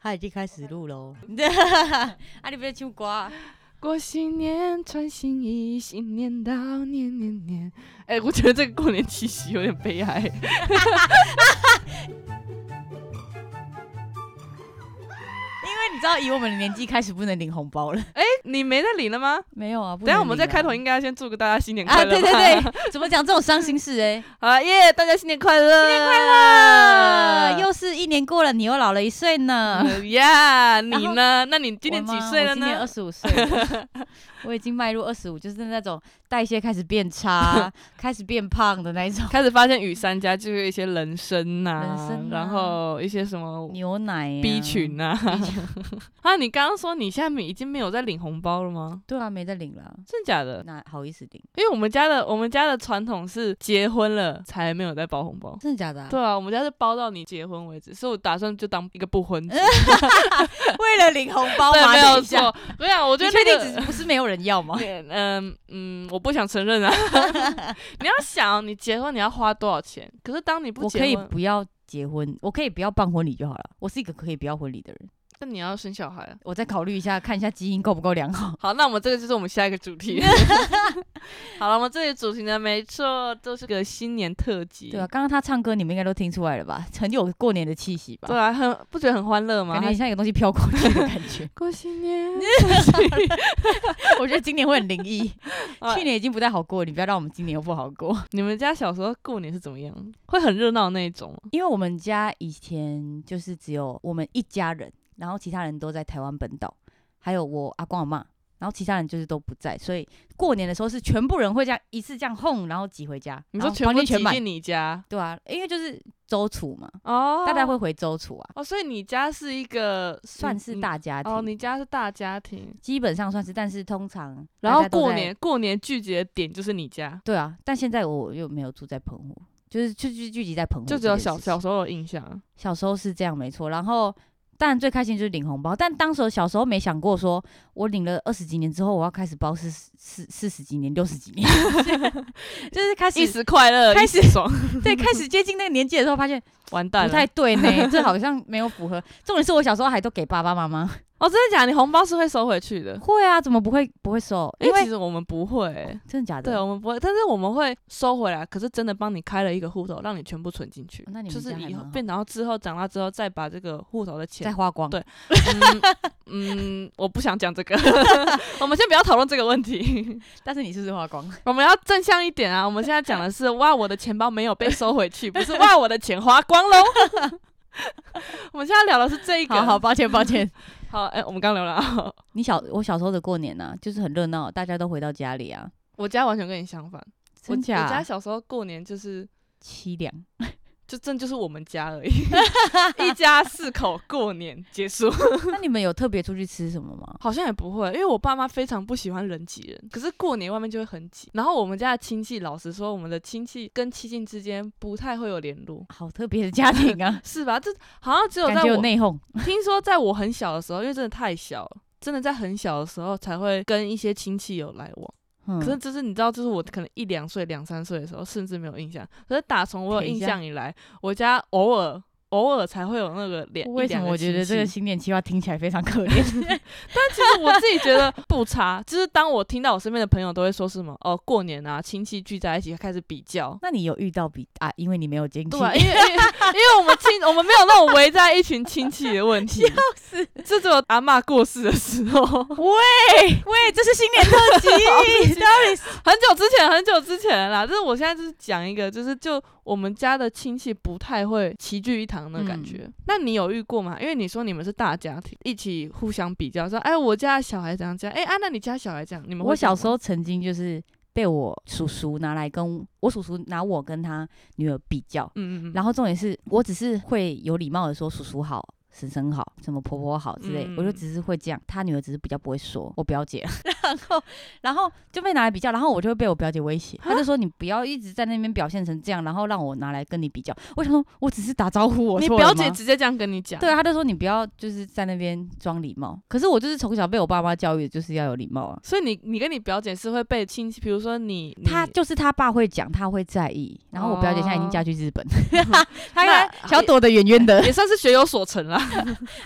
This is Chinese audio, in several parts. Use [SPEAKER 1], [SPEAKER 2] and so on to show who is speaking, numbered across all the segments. [SPEAKER 1] 他已经开始录喽。 啊，你不要唱歌啊？
[SPEAKER 2] 过新年穿新衣，新年到年年年。哎、我觉得这个过年气息有点悲哀。
[SPEAKER 1] 因为你知道，以我们的年纪开始不能领红包了。
[SPEAKER 2] 哎、 你 没在领了吗？
[SPEAKER 1] 没有啊，不
[SPEAKER 2] 等一下我
[SPEAKER 1] 能
[SPEAKER 2] 们
[SPEAKER 1] 领
[SPEAKER 2] 在
[SPEAKER 1] 啊
[SPEAKER 2] 开头应该要先祝大家新年快
[SPEAKER 1] 啊，对
[SPEAKER 2] 乐吧。
[SPEAKER 1] 对 对，怎么讲这种伤心事、欸？
[SPEAKER 2] 好啦耶大家新年快乐！新年
[SPEAKER 1] 哎、
[SPEAKER 2] 快
[SPEAKER 1] 又是一年过了，你又老了一岁呢。
[SPEAKER 2] 呀你呢？那你 今年
[SPEAKER 1] 我
[SPEAKER 2] 几
[SPEAKER 1] 吗
[SPEAKER 2] 岁
[SPEAKER 1] 我
[SPEAKER 2] 了
[SPEAKER 1] 今年二
[SPEAKER 2] 呢？
[SPEAKER 1] 十五岁 了，我已经迈入二十五，就是那种代谢开始变 差、开始变胖的那一种。
[SPEAKER 2] 开始发现雨三家就是一些人参呐、
[SPEAKER 1] 人参啊
[SPEAKER 2] 然后一些什么
[SPEAKER 1] 牛奶、啊、
[SPEAKER 2] B 群呐、啊。 啊，你刚刚说你现在没已经没有在领红包了吗？
[SPEAKER 1] 对啊，没在领了，
[SPEAKER 2] 真假的？
[SPEAKER 1] 哪好意思领？
[SPEAKER 2] 因为我们家的我们家的传统是结婚了才没有再包红包。
[SPEAKER 1] 真的假的、啊？
[SPEAKER 2] 对啊，我们家是包到你结婚为止，所以我打算就当一个不婚族。
[SPEAKER 1] 为了领红包
[SPEAKER 2] 对，
[SPEAKER 1] 嘛，
[SPEAKER 2] 没
[SPEAKER 1] 嗯等
[SPEAKER 2] 有
[SPEAKER 1] 一下
[SPEAKER 2] 错。对啊，我觉
[SPEAKER 1] 你确
[SPEAKER 2] 得那
[SPEAKER 1] 定只
[SPEAKER 2] 个。
[SPEAKER 1] 是不是没有人要吗？
[SPEAKER 2] 对嗯嗯，我不想承 认啊。 你要想，你结婚你要花多少钱？可是当你 不
[SPEAKER 1] 我
[SPEAKER 2] 结
[SPEAKER 1] 可
[SPEAKER 2] 婚，
[SPEAKER 1] 以不要结婚，我可以不要办婚礼就好了。我是一个可以不要婚礼的人，
[SPEAKER 2] 那你要生小孩啊。
[SPEAKER 1] 我再考虑一下，看一下基因够不够良好。
[SPEAKER 2] 好，那我们这个就是我们下一个主 题。 好了，我们这里主题呢，没错，都是个新年特辑。
[SPEAKER 1] 对啊，刚刚他唱歌你们应该都听出来了吧？很有过年的气息吧？
[SPEAKER 2] 对啊，很不觉得很欢乐吗？
[SPEAKER 1] 感觉
[SPEAKER 2] 还
[SPEAKER 1] 很像有东西飘过去的感 觉。
[SPEAKER 2] 过新年，
[SPEAKER 1] 我觉得今年会很灵异，
[SPEAKER 2] 啊
[SPEAKER 1] 去年已经不太好过，你不要让我们今年又不好过。
[SPEAKER 2] 你们家小时候过年是怎么样？会很热闹那一种吗？
[SPEAKER 1] 因为我们家以前就是只有我们一家人，然后其他人都在台湾本岛，还有我阿公阿妈，然后其他人就是都不在，所以过年的时候是全部人会这样一次这样轰，然后挤回家，
[SPEAKER 2] 你
[SPEAKER 1] 然
[SPEAKER 2] 说
[SPEAKER 1] 后
[SPEAKER 2] 全
[SPEAKER 1] 房
[SPEAKER 2] 部
[SPEAKER 1] 间
[SPEAKER 2] 挤
[SPEAKER 1] 全满，
[SPEAKER 2] 进你家
[SPEAKER 1] 对啊，因为就是周楚嘛，
[SPEAKER 2] 哦
[SPEAKER 1] 大家会回周楚啊，
[SPEAKER 2] 哦，所以你家是一个
[SPEAKER 1] 算是
[SPEAKER 2] 你
[SPEAKER 1] 大家庭，
[SPEAKER 2] 哦，你家是大家庭，
[SPEAKER 1] 基本上算是，但是通常
[SPEAKER 2] 然
[SPEAKER 1] 大
[SPEAKER 2] 后
[SPEAKER 1] 家都
[SPEAKER 2] 过
[SPEAKER 1] 在
[SPEAKER 2] 年过年聚集的点就是你家，
[SPEAKER 1] 对啊，但现在我又没有住在澎湖，就是聚聚聚集在澎湖
[SPEAKER 2] 就
[SPEAKER 1] 这件事情，
[SPEAKER 2] 只有小小时候有印象。
[SPEAKER 1] 小时候是这样没错，然后但最开心就是领红包，但当时候小时候没想过说，我领了二十几年之后，我要开始包四十四四十几年、六十几年， 就是开
[SPEAKER 2] 一
[SPEAKER 1] 始
[SPEAKER 2] 时快乐，
[SPEAKER 1] 开
[SPEAKER 2] 一时
[SPEAKER 1] 始
[SPEAKER 2] 爽，
[SPEAKER 1] 对开始接近那个年纪的时候，发现
[SPEAKER 2] 完蛋
[SPEAKER 1] 不太
[SPEAKER 2] 了。
[SPEAKER 1] 对 呢，这好像没有符合。重点是我小时候还都给爸爸妈妈，
[SPEAKER 2] 哦，真的假的？你红包是会收回去的？哎
[SPEAKER 1] 会啊，怎么不会不会收？因
[SPEAKER 2] 其
[SPEAKER 1] 为哦
[SPEAKER 2] 实我们不会欸、
[SPEAKER 1] 真的假的？
[SPEAKER 2] 对，我们不会，但是我们会收回来，可是真的帮你开了一个户头，让你全部存进去。
[SPEAKER 1] 哦那你们
[SPEAKER 2] 就是
[SPEAKER 1] 这样还
[SPEAKER 2] 以后
[SPEAKER 1] 蛮好
[SPEAKER 2] 变，然后之后长大之后再把这个户头的钱
[SPEAKER 1] 再花光。
[SPEAKER 2] 对嗯，嗯，我不想讲这个， 我们先不要讨论这个问题。
[SPEAKER 1] 但是你是不是花光？
[SPEAKER 2] 我们要正向一点啊！我们现在讲的 是，哇，我的钱包没有被收回去，不是哇，我的钱花光喽。 我们现在聊的是这一个，
[SPEAKER 1] 好好，抱歉抱歉。
[SPEAKER 2] 好，哎、我们刚聊了啊，
[SPEAKER 1] 你小我小时候的过年呢、啊，就是很热闹，大家都回到家里啊。
[SPEAKER 2] 我家完全跟你相反，
[SPEAKER 1] 真
[SPEAKER 2] 我我
[SPEAKER 1] 假？
[SPEAKER 2] 家小时候过年就是。
[SPEAKER 1] 凄凉。
[SPEAKER 2] 就真就是我们家而已， 一家四口过年结束，
[SPEAKER 1] 那你们有特别出去吃什么吗？
[SPEAKER 2] 好像也不会，因为我爸妈非常不喜欢人挤人，可是过年外面就会很挤。然后我们家的亲戚，老实说，我们的亲戚跟亲戚之间不太会有联络，，
[SPEAKER 1] 好特别的家庭啊
[SPEAKER 2] 是吧？这好像只有
[SPEAKER 1] 感
[SPEAKER 2] 在
[SPEAKER 1] 觉有
[SPEAKER 2] 我
[SPEAKER 1] 内讧。
[SPEAKER 2] 听说，在我很小的时候，因为真的太小了。真的在很小的时候才会跟一些亲戚有来往，
[SPEAKER 1] 嗯，
[SPEAKER 2] 可是就是你知道，就是我可能一两岁、两三岁的时候，甚至没有印象。可是打从我有
[SPEAKER 1] 等一
[SPEAKER 2] 印
[SPEAKER 1] 下
[SPEAKER 2] 象以来，我家偶尔偶尔才会有那个两
[SPEAKER 1] 为什么我觉得这个
[SPEAKER 2] 其
[SPEAKER 1] 新年计划听起来非常可怜？
[SPEAKER 2] 实我自己觉得不差，就是当我听到我身边的朋友都会说什么哦，过年啊，亲戚聚在一起开始比 较。
[SPEAKER 1] 那你有遇到比啊？因为你没有经济
[SPEAKER 2] 对、，啊，因为因 为因为我们亲我们没有那种围在一群亲戚的问 题，
[SPEAKER 1] 死
[SPEAKER 2] 这只有阿嬷过世的时候。
[SPEAKER 1] 喂喂，这是新年特辑，到底是
[SPEAKER 2] 很久之前，很久之前啦。就是我现在就是讲一个，就是就我们家的亲戚不太会齐聚一堂的感
[SPEAKER 1] 嗯
[SPEAKER 2] 觉。那你有遇过吗？因为你说你们是大家庭，一起互相比较，说哎，我家小孩怎样这样，哎啊，那你家小孩这样，你们会
[SPEAKER 1] 我小
[SPEAKER 2] 这样吗
[SPEAKER 1] 时候曾经就是被我叔叔拿来跟我叔叔拿我跟他女儿比较，
[SPEAKER 2] 嗯嗯嗯，
[SPEAKER 1] 然后重点是我只是会有礼貌的说叔叔好。婶婶好，什么婆婆好之类，
[SPEAKER 2] 嗯
[SPEAKER 1] 我就只是会这样。他女儿只是比较不会说，我表姐。然后然后就被拿来比较，然后我就会被我表姐威胁，她就说你不要一直在那边表现成这样，然后让我拿来跟你比较。我想说，我只是打 招呼，我
[SPEAKER 2] 你
[SPEAKER 1] 错了
[SPEAKER 2] 表姐
[SPEAKER 1] 吗
[SPEAKER 2] 直接这样跟你讲，
[SPEAKER 1] 对，啊她就说你不要就是在那边装礼貌。可是我就是从小被我爸妈教育，就是要有礼貌啊。
[SPEAKER 2] 所以你你跟你表姐是会被亲戚，比如说你
[SPEAKER 1] 她
[SPEAKER 2] 你
[SPEAKER 1] 就是她爸会讲，她会在意。然后我表姐现在已经嫁去日本， 她应
[SPEAKER 2] 哦那
[SPEAKER 1] 该想要躲得远远的，
[SPEAKER 2] 也算是学有所成啦。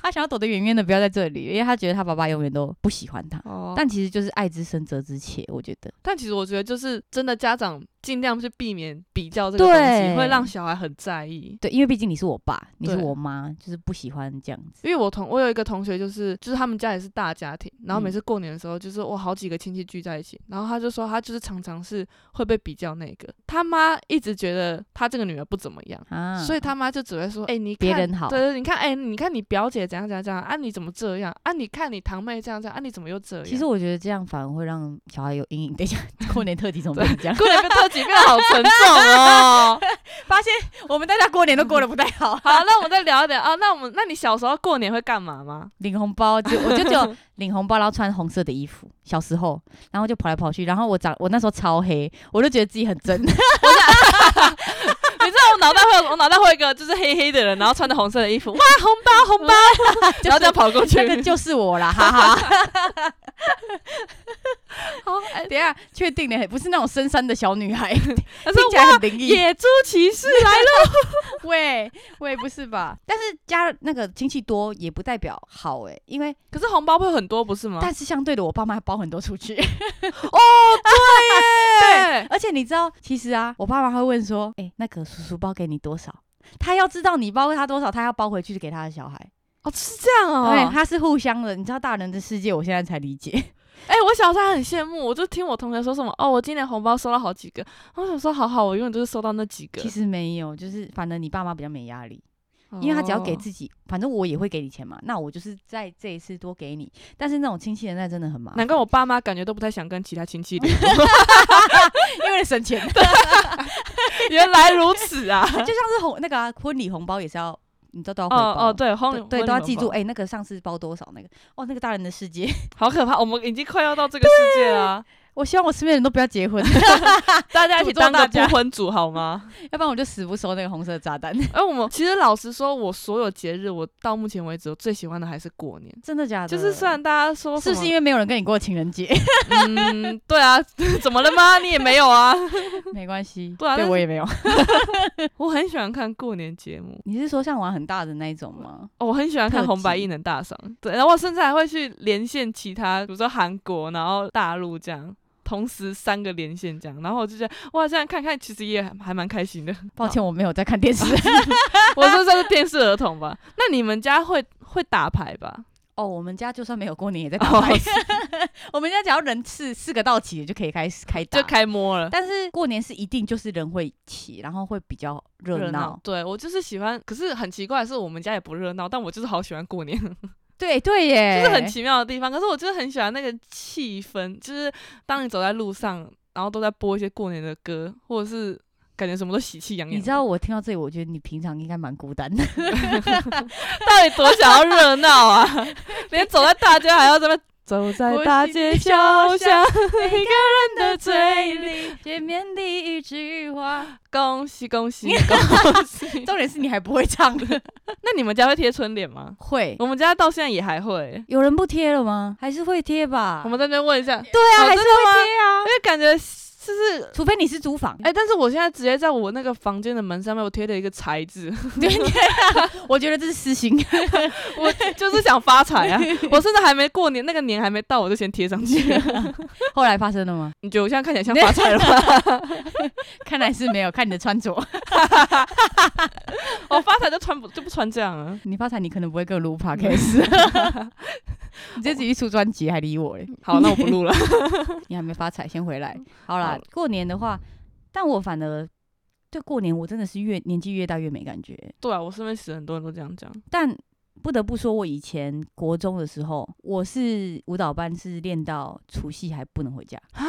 [SPEAKER 1] 她想要躲得远远的，不要在这里，因为她觉得她爸爸永远都不喜欢她。
[SPEAKER 2] 哦但
[SPEAKER 1] 但其实就是爱之深，责之切，我觉得。
[SPEAKER 2] 但其实我觉得就是真的家长尽量去避免比较这个东西，
[SPEAKER 1] 对
[SPEAKER 2] 会让小孩很在意。
[SPEAKER 1] 对，因为毕竟你是我爸，你是
[SPEAKER 2] 对
[SPEAKER 1] 我妈，就是不喜欢这样子。
[SPEAKER 2] 因为我同我有一个同学，就是就是他们家也是大家庭，然后每
[SPEAKER 1] 嗯
[SPEAKER 2] 次过年的时候，就是我好几个亲戚聚在一起，然后他就说他就是常常是会被比较那个，他妈一直觉得他这个女儿不怎么样，
[SPEAKER 1] 啊，
[SPEAKER 2] 所以他妈就只会说，哎、你
[SPEAKER 1] 别
[SPEAKER 2] 看
[SPEAKER 1] 人好
[SPEAKER 2] 对对，你看，哎、你看你表姐怎样怎样怎样，啊，你怎么这样？啊，你看你堂妹这样这样，啊，你怎么又这样？
[SPEAKER 1] 其实我觉得这样反而会让小孩有阴影。等一 下，过年特辑怎么
[SPEAKER 2] 对啊
[SPEAKER 1] 变成这样？
[SPEAKER 2] 过年变特辑变得好 沉重哦。
[SPEAKER 1] 发现我们大家过年都过得不太好。
[SPEAKER 2] 好，那我们再聊一点啊。那我们，那你小时候过年会干嘛吗？
[SPEAKER 1] 领红包就我就只有领红包，然后穿红色的衣服。小时候，然后就跑来跑去，然后我长我那时候超黑，我就觉得自己很真。
[SPEAKER 2] 你知道我脑袋会有，我脑袋会有一个就是黑黑的人，然后穿着红色的衣服，哇，红包红包， 然后这样跑过去。
[SPEAKER 1] 这个就是我啦，哈哈。
[SPEAKER 2] 好，哎
[SPEAKER 1] 等一下，确定的不是那种深山的小女孩，听
[SPEAKER 2] 他说
[SPEAKER 1] 起来
[SPEAKER 2] 哇，
[SPEAKER 1] 很灵异。
[SPEAKER 2] 野猪骑士，
[SPEAKER 1] 嗯喂喂，不是吧？但是家那个亲戚多也不代表好哎、因为
[SPEAKER 2] 可是红包会很多不是吗？
[SPEAKER 1] 但是相对的，我爸妈包很多出 去。哦
[SPEAKER 2] 对，
[SPEAKER 1] 而且你知道，其实啊，我爸妈会问说：“哎、那个叔叔包给你多少？”他要知道你包他多少，他要包回去给他的小孩。
[SPEAKER 2] 哦是这样
[SPEAKER 1] 对，
[SPEAKER 2] 哦。
[SPEAKER 1] 他是互相的。你知道大人的世界，我现在才理解。
[SPEAKER 2] 哎，我小时候还很羡慕，我就听我同学说什么哦，我今年红包收到好几个，我想说好好，我永远都是收到那几个
[SPEAKER 1] 其，实没有，就是反正你爸妈比较没压力，因为他只要给
[SPEAKER 2] 己。
[SPEAKER 1] 自己，反正我也会给你钱嘛。那我就是在这一次多给你。但是那种亲戚人那真的很麻烦，
[SPEAKER 2] 哦难怪我爸妈感觉都不太想跟其他亲戚联络。
[SPEAKER 1] 因为省钱，
[SPEAKER 2] 原来如此啊！
[SPEAKER 1] 就像是 红那个啊、婚礼红包也是要，你知道都要
[SPEAKER 2] 哦
[SPEAKER 1] 回报。
[SPEAKER 2] 哦，对，红
[SPEAKER 1] 对对，都要记住，哎、那个上次包多少？那个哦，那个大人的世界，
[SPEAKER 2] 好可怕，我们已经快要到这个世界了， 啊
[SPEAKER 1] 我希望我身边的人都不要结 婚，
[SPEAKER 2] 大家一起
[SPEAKER 1] 诅咒
[SPEAKER 2] 当个
[SPEAKER 1] 大家
[SPEAKER 2] 不婚族好 吗？
[SPEAKER 1] 要不然我就死不收那个红色炸弹。
[SPEAKER 2] 而哎我们其实老实说，我所有节日，我到目前为止，我最喜欢的还是过年。
[SPEAKER 1] 真的假的？
[SPEAKER 2] 就是虽然大家说
[SPEAKER 1] 是不是因
[SPEAKER 2] 为
[SPEAKER 1] 为没有人跟你过情人 节？
[SPEAKER 2] 嗯，对啊， 怎么了吗？你也没有 啊。
[SPEAKER 1] 没关系，
[SPEAKER 2] 对啊但是
[SPEAKER 1] 我也没 有。
[SPEAKER 2] 我很喜欢看过年节目，
[SPEAKER 1] 你是说像玩很大的那一种吗？
[SPEAKER 2] 哦我很喜欢看
[SPEAKER 1] 特
[SPEAKER 2] 红白
[SPEAKER 1] 辑
[SPEAKER 2] 艺能大赏，对，然后我甚至还会去连线其他，比如说韩国，然后大陆这样。同时三个连线这样，然后我就觉得哇，这样看看其实也还还蛮开心的。
[SPEAKER 1] 抱歉，我没有在看电视。
[SPEAKER 2] 我这算是电视儿童吧？那你们家会会打牌吧？ 哦
[SPEAKER 1] 哦，我们家就算没有过年也在打牌。 我们家只要人次四个到齐就可以开始开打。
[SPEAKER 2] 就开摸了。
[SPEAKER 1] 但是过年是一定就是人会齐，然后会比较热闹。，
[SPEAKER 2] 对我就是喜欢。可是很奇怪的是，我们家也不热闹，但我就是好喜欢过年，
[SPEAKER 1] 对对耶，
[SPEAKER 2] 就是很奇妙的地方。可是我就是很喜欢那个气氛，就是当你走在路上，然后都在播一些过年的歌，或者是感觉什么都喜气洋洋。
[SPEAKER 1] 你知道我听到这里，我觉得你平常应该蛮孤单的。
[SPEAKER 2] 到底多想要热闹啊？ 连走在大街还要这么走在大街小巷，每个人的嘴里，
[SPEAKER 1] 里见面第一句话，
[SPEAKER 2] 恭喜恭喜恭 喜！
[SPEAKER 1] 重点是你还不会唱，
[SPEAKER 2] 那你们家会贴春联吗？
[SPEAKER 1] 会
[SPEAKER 2] 我们家到现在也还会。
[SPEAKER 1] 有人不贴了吗？还是会贴吧
[SPEAKER 2] 我。们在那边问一下，因
[SPEAKER 1] 啊对啊，
[SPEAKER 2] 哦
[SPEAKER 1] 还是
[SPEAKER 2] 真的吗
[SPEAKER 1] 会贴啊，
[SPEAKER 2] 为感觉就是。
[SPEAKER 1] 除非你是租房。
[SPEAKER 2] 哎、但是我现在直接在我那个房间的门上面，我贴了一个财字，
[SPEAKER 1] 对， 我觉得这是私心。
[SPEAKER 2] 我就是想发财 啊！我甚至还没过年，那个年还没到，我就先贴上 去了。
[SPEAKER 1] 后来发生了吗？
[SPEAKER 2] 你觉得我现在看起来像发财了 吗？
[SPEAKER 1] 看来是没有，看你的穿着。
[SPEAKER 2] 我哦发财就穿不就不穿这样啊？
[SPEAKER 1] 你发财，你可能不会跟我录 podcast。你 这次一出专辑还理我嘞？
[SPEAKER 2] 好，那我不录了。
[SPEAKER 1] 你还没发财，先回来。好
[SPEAKER 2] 好
[SPEAKER 1] 啦
[SPEAKER 2] 了，
[SPEAKER 1] 过年的话，但我反而对过年我真的是越年纪越大越没感觉。
[SPEAKER 2] 对啊，我身边死很多人都这样哦讲。
[SPEAKER 1] 但不得不说，我以前国中的时候，我是舞蹈班，是练到除夕还不能回家啊，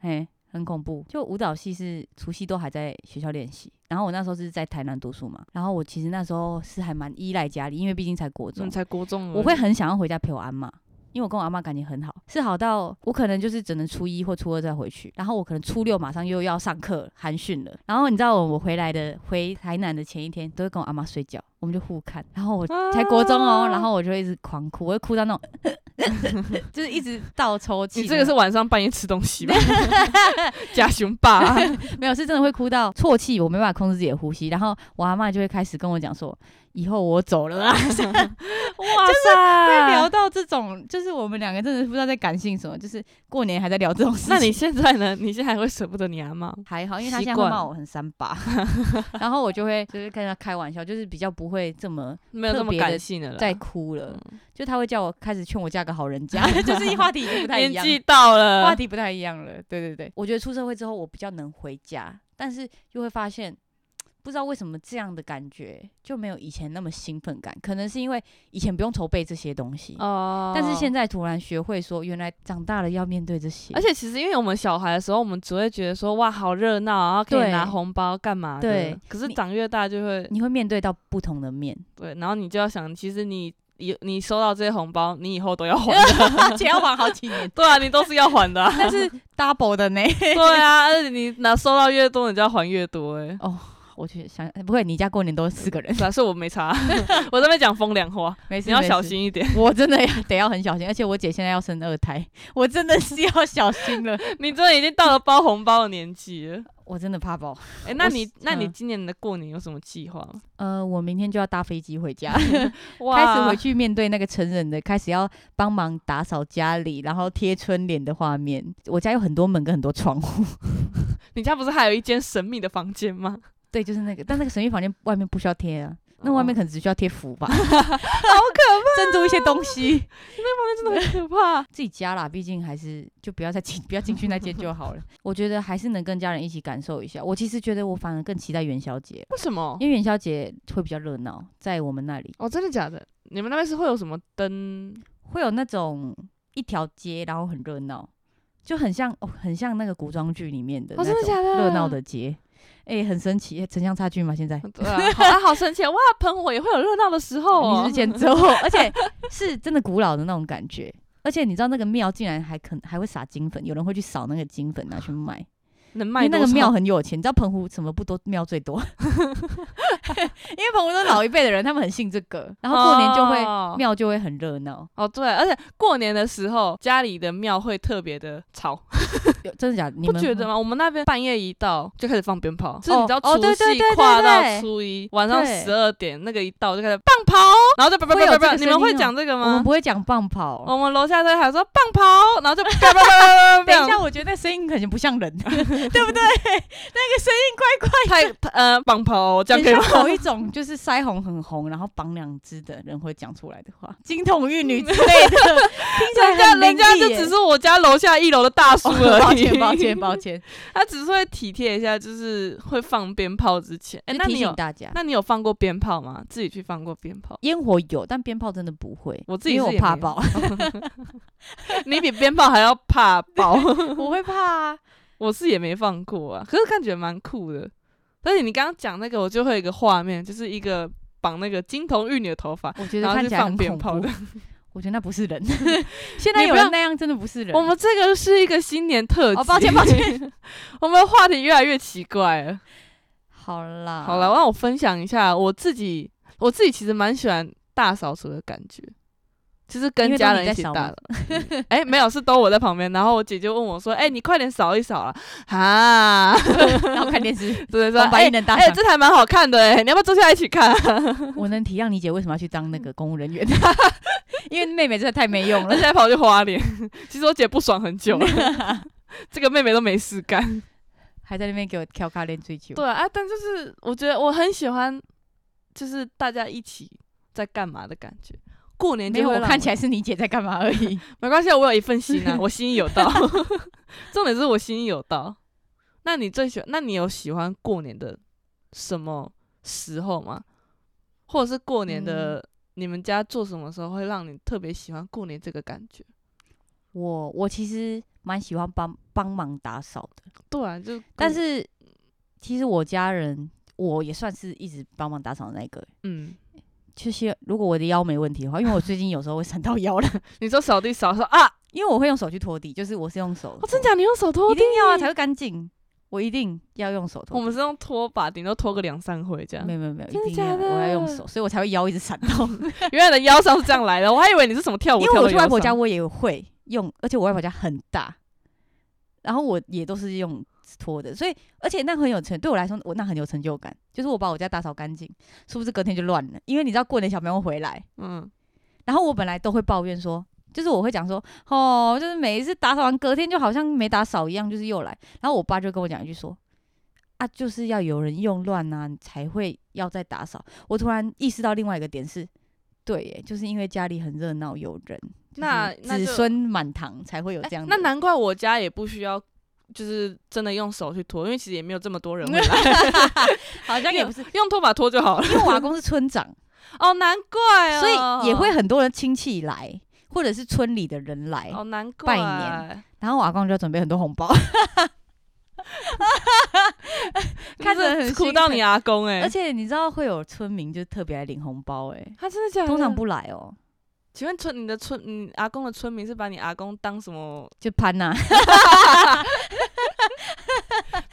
[SPEAKER 1] 哎，很恐怖。就舞蹈系是除夕都还在学校练习，然后我那时候是在台南读书嘛，然后我其实那时候是还蛮依赖家里，因为毕竟才国
[SPEAKER 2] 你
[SPEAKER 1] 中，
[SPEAKER 2] 才国中而已，
[SPEAKER 1] 我会很想要回家陪我阿妈。因为我跟我阿妈感情很好，是好到我可能就是只能初一或初二再回去，然后我可能初六马上又要上课寒训了，然后你知道我回来的回台南的前一天都会跟我阿妈睡觉，我们就互看，然后我才国中哦，
[SPEAKER 2] 啊
[SPEAKER 1] 然后我就一直狂哭，我会哭到那种 就是一直倒抽气
[SPEAKER 2] 你
[SPEAKER 1] 那
[SPEAKER 2] 这
[SPEAKER 1] 种。
[SPEAKER 2] 个是晚上半夜吃东西 吧？假熊爸，
[SPEAKER 1] 没有，是真的会哭到啜泣，我没办法控制自己的呼吸。然后我阿妈就会开始跟我讲说：“以后我走了 啊。
[SPEAKER 2] 哇
[SPEAKER 1] 会
[SPEAKER 2] 塞！
[SPEAKER 1] 聊到这种，就是我们两个真的不知道在感性什么，就是过年还在聊这种事情。
[SPEAKER 2] 那你现在呢？你现在还会舍不得你阿妈？
[SPEAKER 1] 还好，因为他
[SPEAKER 2] 习
[SPEAKER 1] 现在会
[SPEAKER 2] 惯
[SPEAKER 1] 骂
[SPEAKER 2] 了
[SPEAKER 1] 我很三 八，然后我就会就是跟他开玩笑，就是比较不会这么
[SPEAKER 2] 没有那
[SPEAKER 1] 特
[SPEAKER 2] 么
[SPEAKER 1] 别
[SPEAKER 2] 感
[SPEAKER 1] 地
[SPEAKER 2] 性的了，
[SPEAKER 1] 再哭了。
[SPEAKER 2] 嗯
[SPEAKER 1] 就他会叫我开始劝我嫁个好人 家，就是话题已经不太一
[SPEAKER 2] 年
[SPEAKER 1] 样，
[SPEAKER 2] 纪到
[SPEAKER 1] 话
[SPEAKER 2] 了，
[SPEAKER 1] 题不太一样了。对对对，我觉得出社会之后我比较能回家，但是又会发现。不知道为什么这样的感觉就没有以前那么兴奋感，可能是因为以前不用筹备这些东西，
[SPEAKER 2] 哦
[SPEAKER 1] 但是现
[SPEAKER 2] 在。
[SPEAKER 1] 在突然学会说，原来长大了要面对这些，
[SPEAKER 2] 而且其实，因为我们小孩的时候，我们只会觉得说哇好热闹，啊然后可以
[SPEAKER 1] 对
[SPEAKER 2] 拿红包干嘛的。
[SPEAKER 1] 对
[SPEAKER 2] 可是
[SPEAKER 1] 你嗯
[SPEAKER 2] 长越大就会
[SPEAKER 1] 你会面对到不同的 面，
[SPEAKER 2] 对，然后你就要想，其实你以你收到这些红包，你以后都要还 的。
[SPEAKER 1] 而且要玩好几年，
[SPEAKER 2] 对啊，你都是要还的、啊。
[SPEAKER 1] 但是 double 的呢。
[SPEAKER 2] 对啊，而且你拿收到越多，你就要还越多哎、欸。
[SPEAKER 1] 我去想，哎不会，你家过年都是四个人，
[SPEAKER 2] 是啊，是我没查，我这边讲风凉话，
[SPEAKER 1] 没事，
[SPEAKER 2] 你要
[SPEAKER 1] 没事
[SPEAKER 2] 小。心一点。
[SPEAKER 1] 我真的要得要很小心，而且我姐现在要生二胎， 我真的是要小心了，
[SPEAKER 2] 你真的已经到了包红包的年纪了。
[SPEAKER 1] 我真的怕爆。
[SPEAKER 2] 哎、那
[SPEAKER 1] 我
[SPEAKER 2] 你
[SPEAKER 1] 是
[SPEAKER 2] 那你
[SPEAKER 1] 嗯
[SPEAKER 2] 今年的过年有什么计划吗？
[SPEAKER 1] 呃，我明天就要搭飞机回 家，
[SPEAKER 2] 哇
[SPEAKER 1] 开始回去面对那个成人的，开始要帮忙打扫家里，然后贴春联的画面。我家有很多门跟很多窗户，
[SPEAKER 2] 你家不是还有一间神秘的房间吗？
[SPEAKER 1] 对，就是那个，但那个神秘房间外面不需要贴啊，那外面
[SPEAKER 2] 哦
[SPEAKER 1] 可能只需要贴符 吧，好可怕， 珍珠一些东西。
[SPEAKER 2] 能真的很可 怕。
[SPEAKER 1] 自己家啦，毕竟还是就不要再进，不 要进去那间就好 了。我觉得还是能跟家人一起感受一下。我其实觉得我反而更期待元宵节，
[SPEAKER 2] 为什么？
[SPEAKER 1] 因为元宵节会比较热闹，在我们那里
[SPEAKER 2] 哦，真的假的？你们那边是会有什么灯？
[SPEAKER 1] 会有那种一条街，然后很热闹，就很像、哦、很像那个古装剧里面的
[SPEAKER 2] 哦，真的
[SPEAKER 1] 那种
[SPEAKER 2] 假的？
[SPEAKER 1] 热闹的街。哎、很神奇，诶城乡差距嘛，现在、
[SPEAKER 2] 对啊， 好啊，好生气啊！哇，喷火也会有热闹的时候
[SPEAKER 1] 你
[SPEAKER 2] 哦。
[SPEAKER 1] 是见之后， 而且是真的古老的那种感觉。而且你知道那个庙竟然还肯还会撒金粉，有人会去扫那个金粉拿去卖。
[SPEAKER 2] 能
[SPEAKER 1] 因
[SPEAKER 2] 卖
[SPEAKER 1] 为那
[SPEAKER 2] 多
[SPEAKER 1] 个
[SPEAKER 2] 少
[SPEAKER 1] 庙很有钱，你知道澎湖什么不多庙最多， 因为澎湖都是老一辈的人，他们很信这个，然后过年就会
[SPEAKER 2] 哦
[SPEAKER 1] 庙就会很热闹，
[SPEAKER 2] 哦，对，而且过年的时候家里的庙会特别的吵，
[SPEAKER 1] 有真的假的？你
[SPEAKER 2] 不
[SPEAKER 1] 们
[SPEAKER 2] 觉得吗？我们那边半夜一到就开始放鞭炮，就是
[SPEAKER 1] 哦
[SPEAKER 2] 你知道
[SPEAKER 1] 哦
[SPEAKER 2] 除
[SPEAKER 1] 对对
[SPEAKER 2] 夕
[SPEAKER 1] 对对
[SPEAKER 2] 跨到
[SPEAKER 1] 对
[SPEAKER 2] 初一晚上
[SPEAKER 1] 对
[SPEAKER 2] 十二点那个一到就开始放炮，哦然后就叭叭
[SPEAKER 1] 会有
[SPEAKER 2] 叭叭叭，
[SPEAKER 1] 这个
[SPEAKER 2] 你们
[SPEAKER 1] 声
[SPEAKER 2] 会
[SPEAKER 1] 音哦
[SPEAKER 2] 讲这个
[SPEAKER 1] 我们
[SPEAKER 2] 吗？哦
[SPEAKER 1] 不会讲棒跑？
[SPEAKER 2] 我们楼下都喊说棒跑，然后就叭叭叭叭叭叭
[SPEAKER 1] 等一
[SPEAKER 2] 叭
[SPEAKER 1] 下，，我觉得那声音可能不像 人，对不对？那个声音怪怪，
[SPEAKER 2] 太太呃棒跑这样
[SPEAKER 1] 很
[SPEAKER 2] 可以吗？
[SPEAKER 1] 像某一种就是腮红很红，然后绑两只的人会讲出来的话，金童玉女之类 的，听起来
[SPEAKER 2] 人家
[SPEAKER 1] 很
[SPEAKER 2] 人家就 只是我家楼下一楼的大叔而已，
[SPEAKER 1] 抱歉 抱歉抱 歉，
[SPEAKER 2] 他只是会体贴一下，就是会放鞭炮之前。哎、
[SPEAKER 1] 就
[SPEAKER 2] 那
[SPEAKER 1] 提
[SPEAKER 2] 你
[SPEAKER 1] 醒
[SPEAKER 2] 有
[SPEAKER 1] 大家。
[SPEAKER 2] 那你有放过鞭炮吗？自己去放过鞭炮？
[SPEAKER 1] 烟火有，但鞭炮真的不会。
[SPEAKER 2] 我自己
[SPEAKER 1] 因
[SPEAKER 2] 是
[SPEAKER 1] 为
[SPEAKER 2] 也
[SPEAKER 1] 我怕
[SPEAKER 2] 没有
[SPEAKER 1] 爆，
[SPEAKER 2] 你比鞭炮还要怕爆，
[SPEAKER 1] 我会怕啊。
[SPEAKER 2] 我是也没放过啊，可是感觉蛮酷的。而且你刚刚讲那个，我就会有一个画面，就是一个绑那个金童玉女的头发，
[SPEAKER 1] 我觉得
[SPEAKER 2] 然后
[SPEAKER 1] 看
[SPEAKER 2] 去
[SPEAKER 1] 起来
[SPEAKER 2] 放
[SPEAKER 1] 很
[SPEAKER 2] 鞭
[SPEAKER 1] 恐
[SPEAKER 2] 炮
[SPEAKER 1] 怖
[SPEAKER 2] 的。。
[SPEAKER 1] 我觉得那不是人。现在
[SPEAKER 2] 你
[SPEAKER 1] 有
[SPEAKER 2] 不要
[SPEAKER 1] 人那样真的不是人。
[SPEAKER 2] 我们这个是一个新年特辑，
[SPEAKER 1] 哦抱歉抱
[SPEAKER 2] 歉， 我们的话题越来越奇怪了。
[SPEAKER 1] 好啦，
[SPEAKER 2] 好了，，让我分享一下我自己，我自己其实蛮喜欢大扫除的感觉，就是
[SPEAKER 1] 因
[SPEAKER 2] 跟
[SPEAKER 1] 为都
[SPEAKER 2] 家
[SPEAKER 1] 你
[SPEAKER 2] 人一
[SPEAKER 1] 在
[SPEAKER 2] 起
[SPEAKER 1] 扫
[SPEAKER 2] 大
[SPEAKER 1] 吗
[SPEAKER 2] 扫。嗯哎、没有，是都我在旁边，然后我姐就问我说：“哎、你快点扫一扫了啊！”，
[SPEAKER 1] 然后看电视
[SPEAKER 2] 对，说
[SPEAKER 1] 红白
[SPEAKER 2] 哎
[SPEAKER 1] 一人大
[SPEAKER 2] 哎、
[SPEAKER 1] 赏。
[SPEAKER 2] 这台蛮好看的哎，你要不要坐下来一 起看、
[SPEAKER 1] 我能体谅你姐为什么要去当那个公务人员， 因为妹妹真的太没用
[SPEAKER 2] 而
[SPEAKER 1] 了
[SPEAKER 2] 且。还跑去花莲。其实我姐不爽很久了， 这个妹妹都没事干。
[SPEAKER 1] 还在那边给我挑咖练追求，
[SPEAKER 2] 对啊，但就是我觉得我很喜欢，就是大家一起在干嘛的感觉。过年
[SPEAKER 1] 没
[SPEAKER 2] 就
[SPEAKER 1] 有，
[SPEAKER 2] 会
[SPEAKER 1] 我
[SPEAKER 2] 让
[SPEAKER 1] 看起来是你姐在干嘛而已。
[SPEAKER 2] 没关系啊，我有一份心啊，我心意有到。 重点是我心意有到。那你最喜欢？那你有喜欢过年的什么时候吗？或者是过年的、你们家做什么时候会让你特别喜欢过年这个感觉？
[SPEAKER 1] 我我其实蛮喜欢帮帮忙打扫的。
[SPEAKER 2] 对啊，就
[SPEAKER 1] 但是其实我家人，我也算是一直帮忙打扫的那一个。
[SPEAKER 2] 嗯，
[SPEAKER 1] 就是如果我的腰没问题的话，因为我最近有时候会闪到腰了，
[SPEAKER 2] 你说扫地扫说啊，
[SPEAKER 1] 因为我会用手去拖地，就是我是用手
[SPEAKER 2] 我、哦真假？你用手拖
[SPEAKER 1] 一
[SPEAKER 2] 地
[SPEAKER 1] 定要啊才会干净，我一定要用手拖
[SPEAKER 2] 我们是用拖把，顶多拖个两三回这样
[SPEAKER 1] 没。有没有没有，
[SPEAKER 2] 真的
[SPEAKER 1] 一定要
[SPEAKER 2] 假的
[SPEAKER 1] 我要用手，所以我才会腰一直闪 到，
[SPEAKER 2] 原来的腰伤是这样来的，我还以为你是什么跳舞
[SPEAKER 1] 因
[SPEAKER 2] 跳
[SPEAKER 1] 为
[SPEAKER 2] 的
[SPEAKER 1] 我去外婆
[SPEAKER 2] 腰
[SPEAKER 1] 家
[SPEAKER 2] 伤
[SPEAKER 1] 我也会用，而且我外婆家很大，然后我也都是用拖的，所以而且那很有成，对我来说我那很有成就感，就是我把我家打扫干净，是不是隔天就乱了？因为你知道过年小朋友回来，
[SPEAKER 2] 嗯，
[SPEAKER 1] 然后我本来都会抱怨说，就是我会讲说，哦，就是每一次打扫完隔天就好像没打扫一样，就是又来。然后我爸就跟我讲一句说，啊，就是要有人用乱呐、你才会要再打扫。我突然意识到另外一个点是，对耶，就是因为家里很热闹，有人，就是
[SPEAKER 2] 那那
[SPEAKER 1] 嗯子
[SPEAKER 2] 就
[SPEAKER 1] 孙满堂才会有
[SPEAKER 2] 哎
[SPEAKER 1] 这样的、
[SPEAKER 2] 那难怪我家也不需要，就是真的用手去拖，因为其实也没有这么多人会来，
[SPEAKER 1] 好像也不是，
[SPEAKER 2] 用拖把拖就好了。
[SPEAKER 1] 因为我阿公是村 长，
[SPEAKER 2] 哦，难怪哦，
[SPEAKER 1] 所以也会很多人亲戚来，或者是村里的人来，
[SPEAKER 2] 哦，难
[SPEAKER 1] 拜
[SPEAKER 2] 怪
[SPEAKER 1] 年然后我阿公就要准备很多红包。 看着很
[SPEAKER 2] 真的
[SPEAKER 1] 兴
[SPEAKER 2] 苦到
[SPEAKER 1] 奋
[SPEAKER 2] 你阿公哎、
[SPEAKER 1] 而且你知道会有村民就特别来领红包哎、
[SPEAKER 2] 他真的假的？
[SPEAKER 1] 通常，不来哦、
[SPEAKER 2] 请问村你的村你阿公的村民是把你阿公当什么？
[SPEAKER 1] 就潘呐、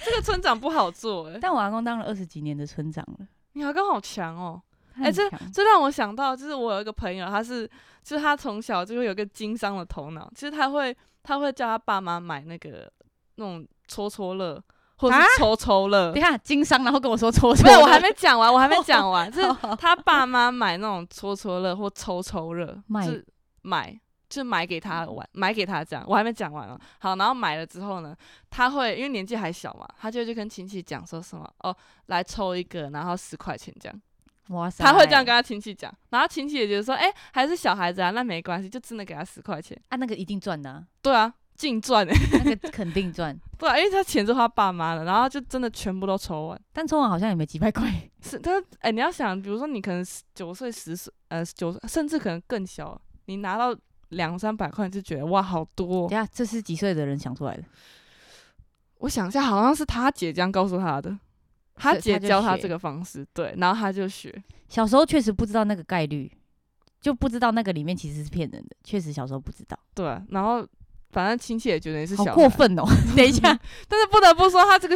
[SPEAKER 2] 这个村长不好做哎、
[SPEAKER 1] 但我阿公当了二十几年的村长了，
[SPEAKER 2] 你阿公好强哦、
[SPEAKER 1] 他
[SPEAKER 2] 哎
[SPEAKER 1] 很
[SPEAKER 2] 这
[SPEAKER 1] 强
[SPEAKER 2] 这让我想到，就是我有一个朋友，他是，就是他从小就会有一个经商的头脑，其实他会他会叫他爸妈买那个那种戳戳乐或者
[SPEAKER 1] 啊
[SPEAKER 2] 是抽抽乐。
[SPEAKER 1] 等一下经商，然后跟我说搓搓，
[SPEAKER 2] 没有，我还没讲完，我还没讲完，就是
[SPEAKER 1] 好
[SPEAKER 2] 他爸妈买那种戳戳乐或抽抽乐，
[SPEAKER 1] 买
[SPEAKER 2] 就是买。就买给他玩，买给他这样，我还没讲完哦。好，然后买了之后呢，他会因为年纪还小嘛，他就会去跟亲戚讲说什么哦，来抽一个，然后十块钱这样。
[SPEAKER 1] 哇塞，
[SPEAKER 2] 他会这样跟他亲戚讲，然后亲戚也觉得说，哎、还是小孩子啊，那没关系，就真的给他十块钱。
[SPEAKER 1] 啊，那个一定赚的、啊，
[SPEAKER 2] 对啊，净赚哎，
[SPEAKER 1] 那个肯定赚，
[SPEAKER 2] 对啊，因为他钱是花爸妈的，然后就真的全部都抽完。
[SPEAKER 1] 但抽完好像也没几百块，
[SPEAKER 2] 是，但是哎、你要想，比如说你可能九岁、十岁，呃，九岁甚至可能更小，你拿到两三百块，你就觉得哇，好多
[SPEAKER 1] 等一
[SPEAKER 2] 哦、
[SPEAKER 1] 下这是几岁的人想出来的？
[SPEAKER 2] 我想一下，好像是他姐这样告诉他的，他
[SPEAKER 1] 所以
[SPEAKER 2] 姐
[SPEAKER 1] 他就
[SPEAKER 2] 教他
[SPEAKER 1] 学
[SPEAKER 2] 这个方式，对，然后他就学。
[SPEAKER 1] 小时候确实不知道那个概率，就不知道那个里面其实是骗人的，确实小时候不知道，
[SPEAKER 2] 对啊、然后反正亲戚也觉得你是
[SPEAKER 1] 好
[SPEAKER 2] 小
[SPEAKER 1] 过
[SPEAKER 2] 孩
[SPEAKER 1] 分哦、等 一下，
[SPEAKER 2] 但是不得不说，他这个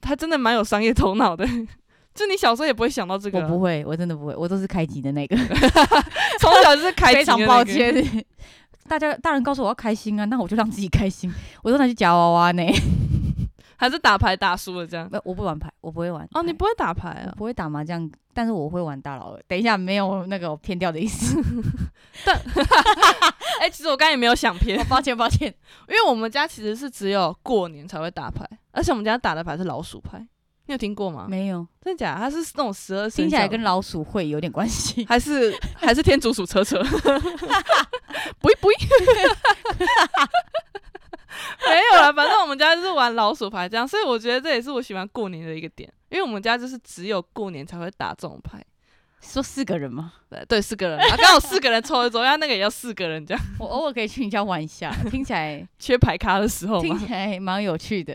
[SPEAKER 2] 他真的蛮有商业头脑的。 就你小时候也不会想到这个
[SPEAKER 1] 我
[SPEAKER 2] 啊、
[SPEAKER 1] 不会，我真的不会，我都是开机的那个。
[SPEAKER 2] 从小就是开、
[SPEAKER 1] 非常抱。歉。 大家大人告诉我要开心啊，那我就让自己开心。我都拿去夹娃娃 呢，
[SPEAKER 2] 还是打牌打输了这样。
[SPEAKER 1] 没有我不玩牌，我不会玩
[SPEAKER 2] 哦，你
[SPEAKER 1] 牌
[SPEAKER 2] 不会打牌
[SPEAKER 1] 我
[SPEAKER 2] 啊？
[SPEAKER 1] 不会打麻将，但是我会玩大老二。等一下，没有那个我偏掉的意思。
[SPEAKER 2] 哎、其实我刚才也没有想偏，
[SPEAKER 1] 抱歉，抱歉。
[SPEAKER 2] 因为我们家其实是只有过年才会打牌，而且我们家打的牌是老鼠牌，你有听过吗？
[SPEAKER 1] 没有，
[SPEAKER 2] 真的假的？它是那种十二生
[SPEAKER 1] 听起来
[SPEAKER 2] 肖。
[SPEAKER 1] 跟老鼠会有点关系
[SPEAKER 2] 还 是还是天竺鼠车车，不一 不一，没有啦，反正我们家就是玩老鼠牌这样，所以我觉得这也是我喜欢过年的一个点，因为我们家就是只有过年才会打这种牌。
[SPEAKER 1] 说四个人 吗？
[SPEAKER 2] 对对，四个人，啊，刚好四个人抽一桌，因为那个也要四个人这样，
[SPEAKER 1] 我偶尔可以去你家玩一 下，听起来
[SPEAKER 2] 缺牌咖的时候
[SPEAKER 1] 听
[SPEAKER 2] 嘛。
[SPEAKER 1] 起来蛮有趣 的。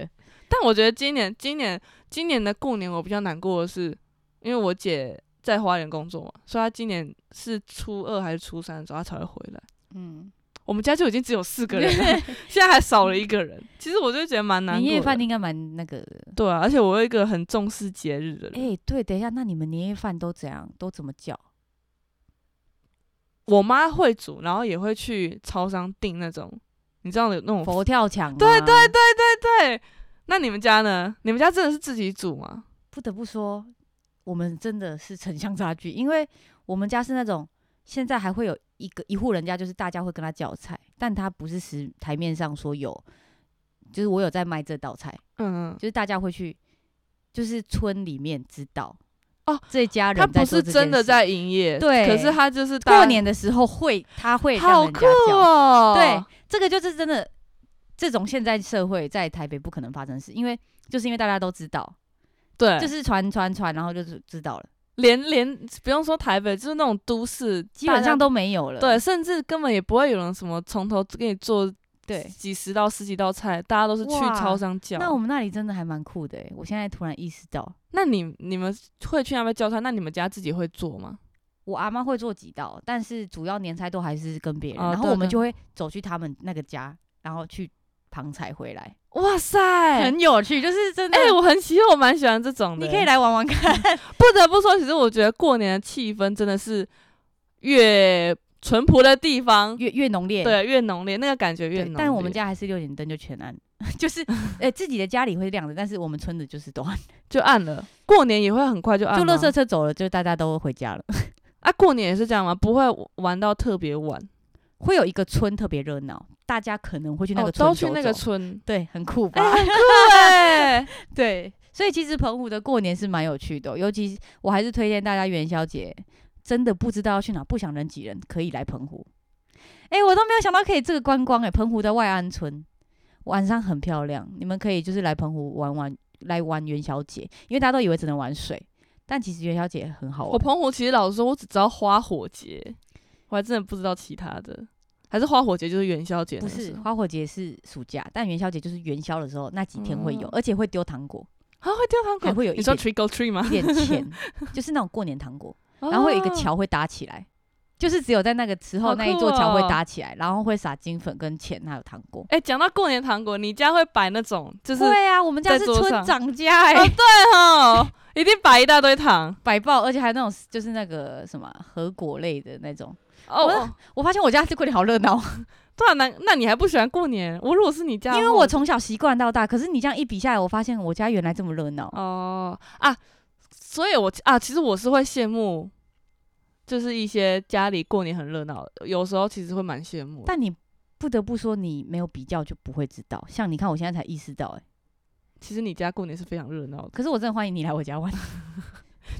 [SPEAKER 2] 但我觉得今年今年今年的过年我比较难过的是，因为我姐在花莲工作嘛，所以她今年是初二还是初三的时候她才会回来。
[SPEAKER 1] 嗯，
[SPEAKER 2] 我们家就已经只有四个人 了，现在还少了一个人。其实我就觉得蛮难过
[SPEAKER 1] 年
[SPEAKER 2] 的。
[SPEAKER 1] 夜饭应该蛮那个的。
[SPEAKER 2] 对啊，而且我有一个很重视节日的人，
[SPEAKER 1] 哎、对，等一下，那你们年夜饭都怎样？都怎么叫？
[SPEAKER 2] 我妈会煮，然后也会去超商订那种，你知道有那种
[SPEAKER 1] 佛跳墙？啊
[SPEAKER 2] 对
[SPEAKER 1] 对对。
[SPEAKER 2] 对。那你们家呢？你们家真的是自己煮吗？
[SPEAKER 1] 不得不说，我们真的是城乡差距，因为我们家是那种现在还会有一个一户人家，就是大家会跟他叫菜，但他不是实台面上说有，就是我有在卖这道菜，
[SPEAKER 2] 嗯，
[SPEAKER 1] 就是大家会去，就是村里面知道
[SPEAKER 2] 哦，
[SPEAKER 1] 这家人
[SPEAKER 2] 他
[SPEAKER 1] 在
[SPEAKER 2] 不
[SPEAKER 1] 做
[SPEAKER 2] 是
[SPEAKER 1] 这件
[SPEAKER 2] 真的
[SPEAKER 1] 事
[SPEAKER 2] 在营业，
[SPEAKER 1] 对
[SPEAKER 2] 可是他就是大
[SPEAKER 1] 过年的时候会，他会让
[SPEAKER 2] 好
[SPEAKER 1] 人
[SPEAKER 2] 酷
[SPEAKER 1] 家叫，
[SPEAKER 2] 哦，
[SPEAKER 1] 对，这个就是真的，这种现在社会在台北不可能发生的事，因为就是因为大家都知道，
[SPEAKER 2] 对，
[SPEAKER 1] 就
[SPEAKER 2] 就是
[SPEAKER 1] 是传传传，然后就是知道了，
[SPEAKER 2] 连连不用说台北，就是那种都市，
[SPEAKER 1] 基本
[SPEAKER 2] 大家
[SPEAKER 1] 上都没有了，
[SPEAKER 2] 对，甚至根本也不会有人什么从头给你做
[SPEAKER 1] 对。
[SPEAKER 2] 几十道、十几道菜，大家都是去
[SPEAKER 1] 哇
[SPEAKER 2] 超商叫。
[SPEAKER 1] 那我们那里真的还蛮酷的欸，我现在突然意识到，
[SPEAKER 2] 那你你们会去那边叫菜？那你们家自己会做吗？
[SPEAKER 1] 我阿妈会做几道，但是主要年菜都还是跟别人，
[SPEAKER 2] 哦
[SPEAKER 1] 然后
[SPEAKER 2] 对
[SPEAKER 1] 我们
[SPEAKER 2] 对
[SPEAKER 1] 就会走去他们那个家，然后去旁采回来，
[SPEAKER 2] 哇塞，
[SPEAKER 1] 很有趣，就是真的。
[SPEAKER 2] 哎、我很喜，我蛮喜欢这种的。
[SPEAKER 1] 你可以，来玩玩 看，
[SPEAKER 2] 不得不说，其实我觉得过年的气氛真的是越淳朴的地方，
[SPEAKER 1] 越越浓烈。
[SPEAKER 2] 对，越浓烈，那个感觉
[SPEAKER 1] 对
[SPEAKER 2] 越浓烈。
[SPEAKER 1] 但我们家还是六点灯就全暗， 就是呃自己的家里会亮的，但是我们村子就是都暗，
[SPEAKER 2] 就暗了，过年也会很快就暗
[SPEAKER 1] 就
[SPEAKER 2] 吗。
[SPEAKER 1] 垃圾车走了，就大家都回家了。
[SPEAKER 2] 啊，过年也是这样吗？不会玩到特别晚，
[SPEAKER 1] 会有一个村特别热闹，大家可能会去那个
[SPEAKER 2] 哦、
[SPEAKER 1] 村
[SPEAKER 2] 都
[SPEAKER 1] 走走、。
[SPEAKER 2] 去那个村
[SPEAKER 1] 对，很酷吧？
[SPEAKER 2] 哎，很酷哎
[SPEAKER 1] 对，所以其实澎湖的过年是蛮有趣的哦、尤其我还是推荐大家元宵节，真的不知道要去哪，不想人挤人，可以来澎湖。哎、我都没有想到可以这个观光哎、澎湖的外安村晚上很漂亮，你们可以就是来澎湖玩玩，来玩元宵节，因为大家都以为只能玩水，但其实元宵节很好
[SPEAKER 2] 我
[SPEAKER 1] 玩。
[SPEAKER 2] 澎湖其实老实说，我只知道花火节，我还真的不知道其他的。还是花火节就是元宵节
[SPEAKER 1] 不
[SPEAKER 2] 那个时
[SPEAKER 1] 是
[SPEAKER 2] 候，
[SPEAKER 1] 花火节是暑假，但元宵节就是元宵的时候那几天会有，
[SPEAKER 2] 哦
[SPEAKER 1] 而且会丢糖果，
[SPEAKER 2] 啊，会丢糖果，
[SPEAKER 1] 还会有一
[SPEAKER 2] 你说
[SPEAKER 1] 点
[SPEAKER 2] trick or treat 吗啊
[SPEAKER 1] 一？ 点 钱，就是那种过年糖果。
[SPEAKER 2] 然
[SPEAKER 1] 然后会有一个桥会搭起来，就是只有在那个时候
[SPEAKER 2] 好
[SPEAKER 1] 那一
[SPEAKER 2] 酷
[SPEAKER 1] 座桥会
[SPEAKER 2] 哦
[SPEAKER 1] 搭起来，然后会撒金粉跟钱还有糖果。
[SPEAKER 2] 哎、讲到过年糖果，你家会摆那种就是
[SPEAKER 1] 对啊，我们家
[SPEAKER 2] 在
[SPEAKER 1] 是
[SPEAKER 2] 桌
[SPEAKER 1] 村
[SPEAKER 2] 上
[SPEAKER 1] 长家哎、
[SPEAKER 2] 哦对哦，一定摆一大堆糖
[SPEAKER 1] 摆爆，而且还有那种就是那个什么核果类的那种。
[SPEAKER 2] 哦
[SPEAKER 1] 我
[SPEAKER 2] 哦。
[SPEAKER 1] 我发现我家是过年好热闹，
[SPEAKER 2] 对啊，那那你还不喜欢过年？我如果是你家的
[SPEAKER 1] 因
[SPEAKER 2] 话，
[SPEAKER 1] 为我从小习惯到大。可是你这样一比下来，我发现我家原来这么热闹。
[SPEAKER 2] 哦啊，所以我啊，其实我是会羡慕，就是一些家里过年很热闹的，有时候其实会蛮羡慕的。
[SPEAKER 1] 但你不得不说，你没有比较就不会知道。像你看，我现在才意识到哎、
[SPEAKER 2] 其实你家过年是非常热闹的。
[SPEAKER 1] 可是我真的欢迎你来我家玩，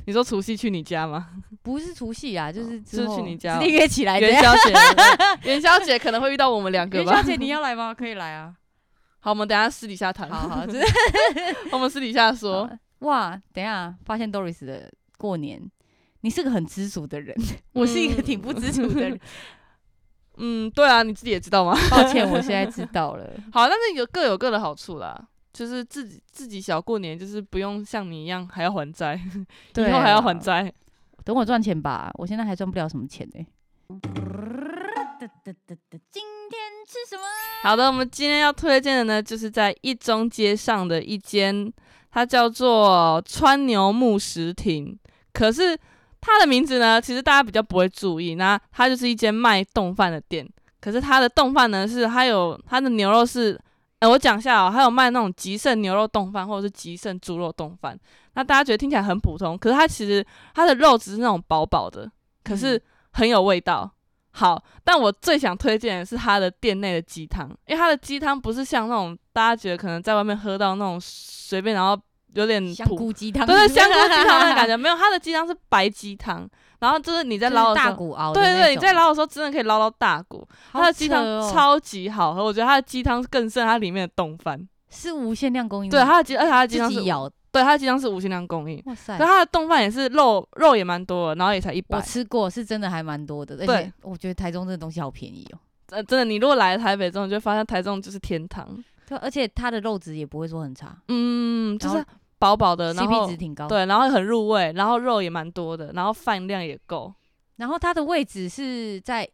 [SPEAKER 2] 你说除夕去你家吗？
[SPEAKER 1] 不是除夕啊，就
[SPEAKER 2] 哦
[SPEAKER 1] 是
[SPEAKER 2] 就是
[SPEAKER 1] 之
[SPEAKER 2] 去
[SPEAKER 1] 后
[SPEAKER 2] 你家
[SPEAKER 1] 直接约起来的。
[SPEAKER 2] 元宵节，哎 元宵节可能会遇到我们两个
[SPEAKER 1] 元
[SPEAKER 2] 吧
[SPEAKER 1] 宵。节你要来吗？可以来 啊。
[SPEAKER 2] 好，我们等一下私底下 谈。
[SPEAKER 1] 好好，这
[SPEAKER 2] 我们私底下说。
[SPEAKER 1] 好 哇，等一下发现 Doris 的过年，你是个很知足的人，我是一个挺不知足的人。
[SPEAKER 2] 嗯，对啊，你自己也知道吗？
[SPEAKER 1] 抱歉，我现在知道了。
[SPEAKER 2] 好，但是有各有各的好处啦，就是自己自己小过年，就是不用像你一样还要还债， 以后还要还
[SPEAKER 1] 啦，
[SPEAKER 2] 债。
[SPEAKER 1] 啊等我赚钱吧，我现在还赚不了什么钱欸呢、今天吃什么？
[SPEAKER 2] 好的，我们今天要推荐的呢，就是在一中街上的一间，它叫做川牛木食亭。可是它的名字呢，其实大家比较不会注意。那它就是一间卖冻饭的店，可是它的冻饭呢是它有它的牛肉是，呃，我讲一下哦，它有卖那种极盛牛肉冻饭或者是极盛猪肉冻饭。那大家觉得听起来很普通，可是它其实它的肉只是那种薄薄的，可是很有味道。好，但我最想推荐的是它的店内的鸡汤，因为它的鸡汤不是像那种大家觉得可能在外面喝到那种随便，然后有点
[SPEAKER 1] 香
[SPEAKER 2] 普
[SPEAKER 1] 菇鸡汤，
[SPEAKER 2] 嗯对对，香菇鸡汤 的感觉，没有它的鸡汤是白鸡汤，然后就是你在
[SPEAKER 1] 在
[SPEAKER 2] 捞的时
[SPEAKER 1] 大
[SPEAKER 2] 候，
[SPEAKER 1] 骨熬的
[SPEAKER 2] 对
[SPEAKER 1] 那种。
[SPEAKER 2] 对，你在捞的时候真的可以捞到大骨，
[SPEAKER 1] 好扯哦，
[SPEAKER 2] 它的鸡汤超级好喝，我觉得它的鸡汤更胜它里面的冻饭，
[SPEAKER 1] 是无限量供应
[SPEAKER 2] 对
[SPEAKER 1] 吗，
[SPEAKER 2] 它的鸡，而且它的鸡
[SPEAKER 1] 嗯自
[SPEAKER 2] 汤是
[SPEAKER 1] 己，咬，哎
[SPEAKER 2] 对它的鸡汤是无限量供应，
[SPEAKER 1] 哇塞
[SPEAKER 2] 可！它的冻饭也是肉肉也蛮多的，然后也才一
[SPEAKER 1] 我
[SPEAKER 2] 百，
[SPEAKER 1] 吃过，是真的还蛮多的，而且
[SPEAKER 2] 对
[SPEAKER 1] 我觉得台中这个东西好便宜哦。
[SPEAKER 2] 呃，真的，你如果来台北之后，你就会发现台中就是天堂，
[SPEAKER 1] 对，而且它的肉质也不会说很差
[SPEAKER 2] 嗯，就
[SPEAKER 1] 然后
[SPEAKER 2] 是薄薄的，呃然
[SPEAKER 1] ，CP
[SPEAKER 2] 后
[SPEAKER 1] 值挺高。
[SPEAKER 2] 对，然后很入味，然后肉也蛮多的，然后饭量也够。
[SPEAKER 1] 然后它的位置是在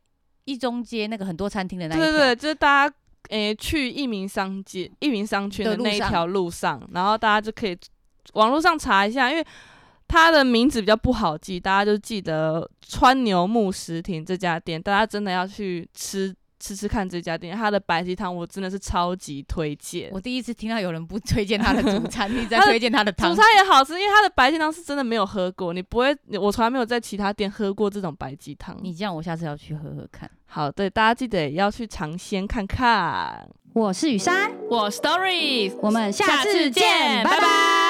[SPEAKER 1] 一中街那个很多餐厅的那一
[SPEAKER 2] 对
[SPEAKER 1] 条，
[SPEAKER 2] 对对，就是大家诶、去一民商街、一民商圈
[SPEAKER 1] 的
[SPEAKER 2] 的
[SPEAKER 1] 路
[SPEAKER 2] 那一
[SPEAKER 1] 上
[SPEAKER 2] 条路上，然后大家就可以网络上查一下，因为它的名字比较不好记，大家就记得川牛木食亭这家店，大家真的要去吃吃吃看这家店，它的白鸡汤我真的是超级推荐。
[SPEAKER 1] 我第一次听到有人不推荐他的主 餐，你在
[SPEAKER 2] 它的
[SPEAKER 1] 推荐他的
[SPEAKER 2] 主
[SPEAKER 1] 汤
[SPEAKER 2] 餐。也好吃，因为它的白鸡汤是真的没有喝过，你不会，我从来没有在其他店喝过这种白鸡汤。
[SPEAKER 1] 你这样，我下次要去喝喝看。
[SPEAKER 2] 好，对，大家记得也要去尝鲜看看。
[SPEAKER 3] 我是雨珊，
[SPEAKER 2] 我 Stories，
[SPEAKER 3] 我们下次见，拜拜。
[SPEAKER 2] 拜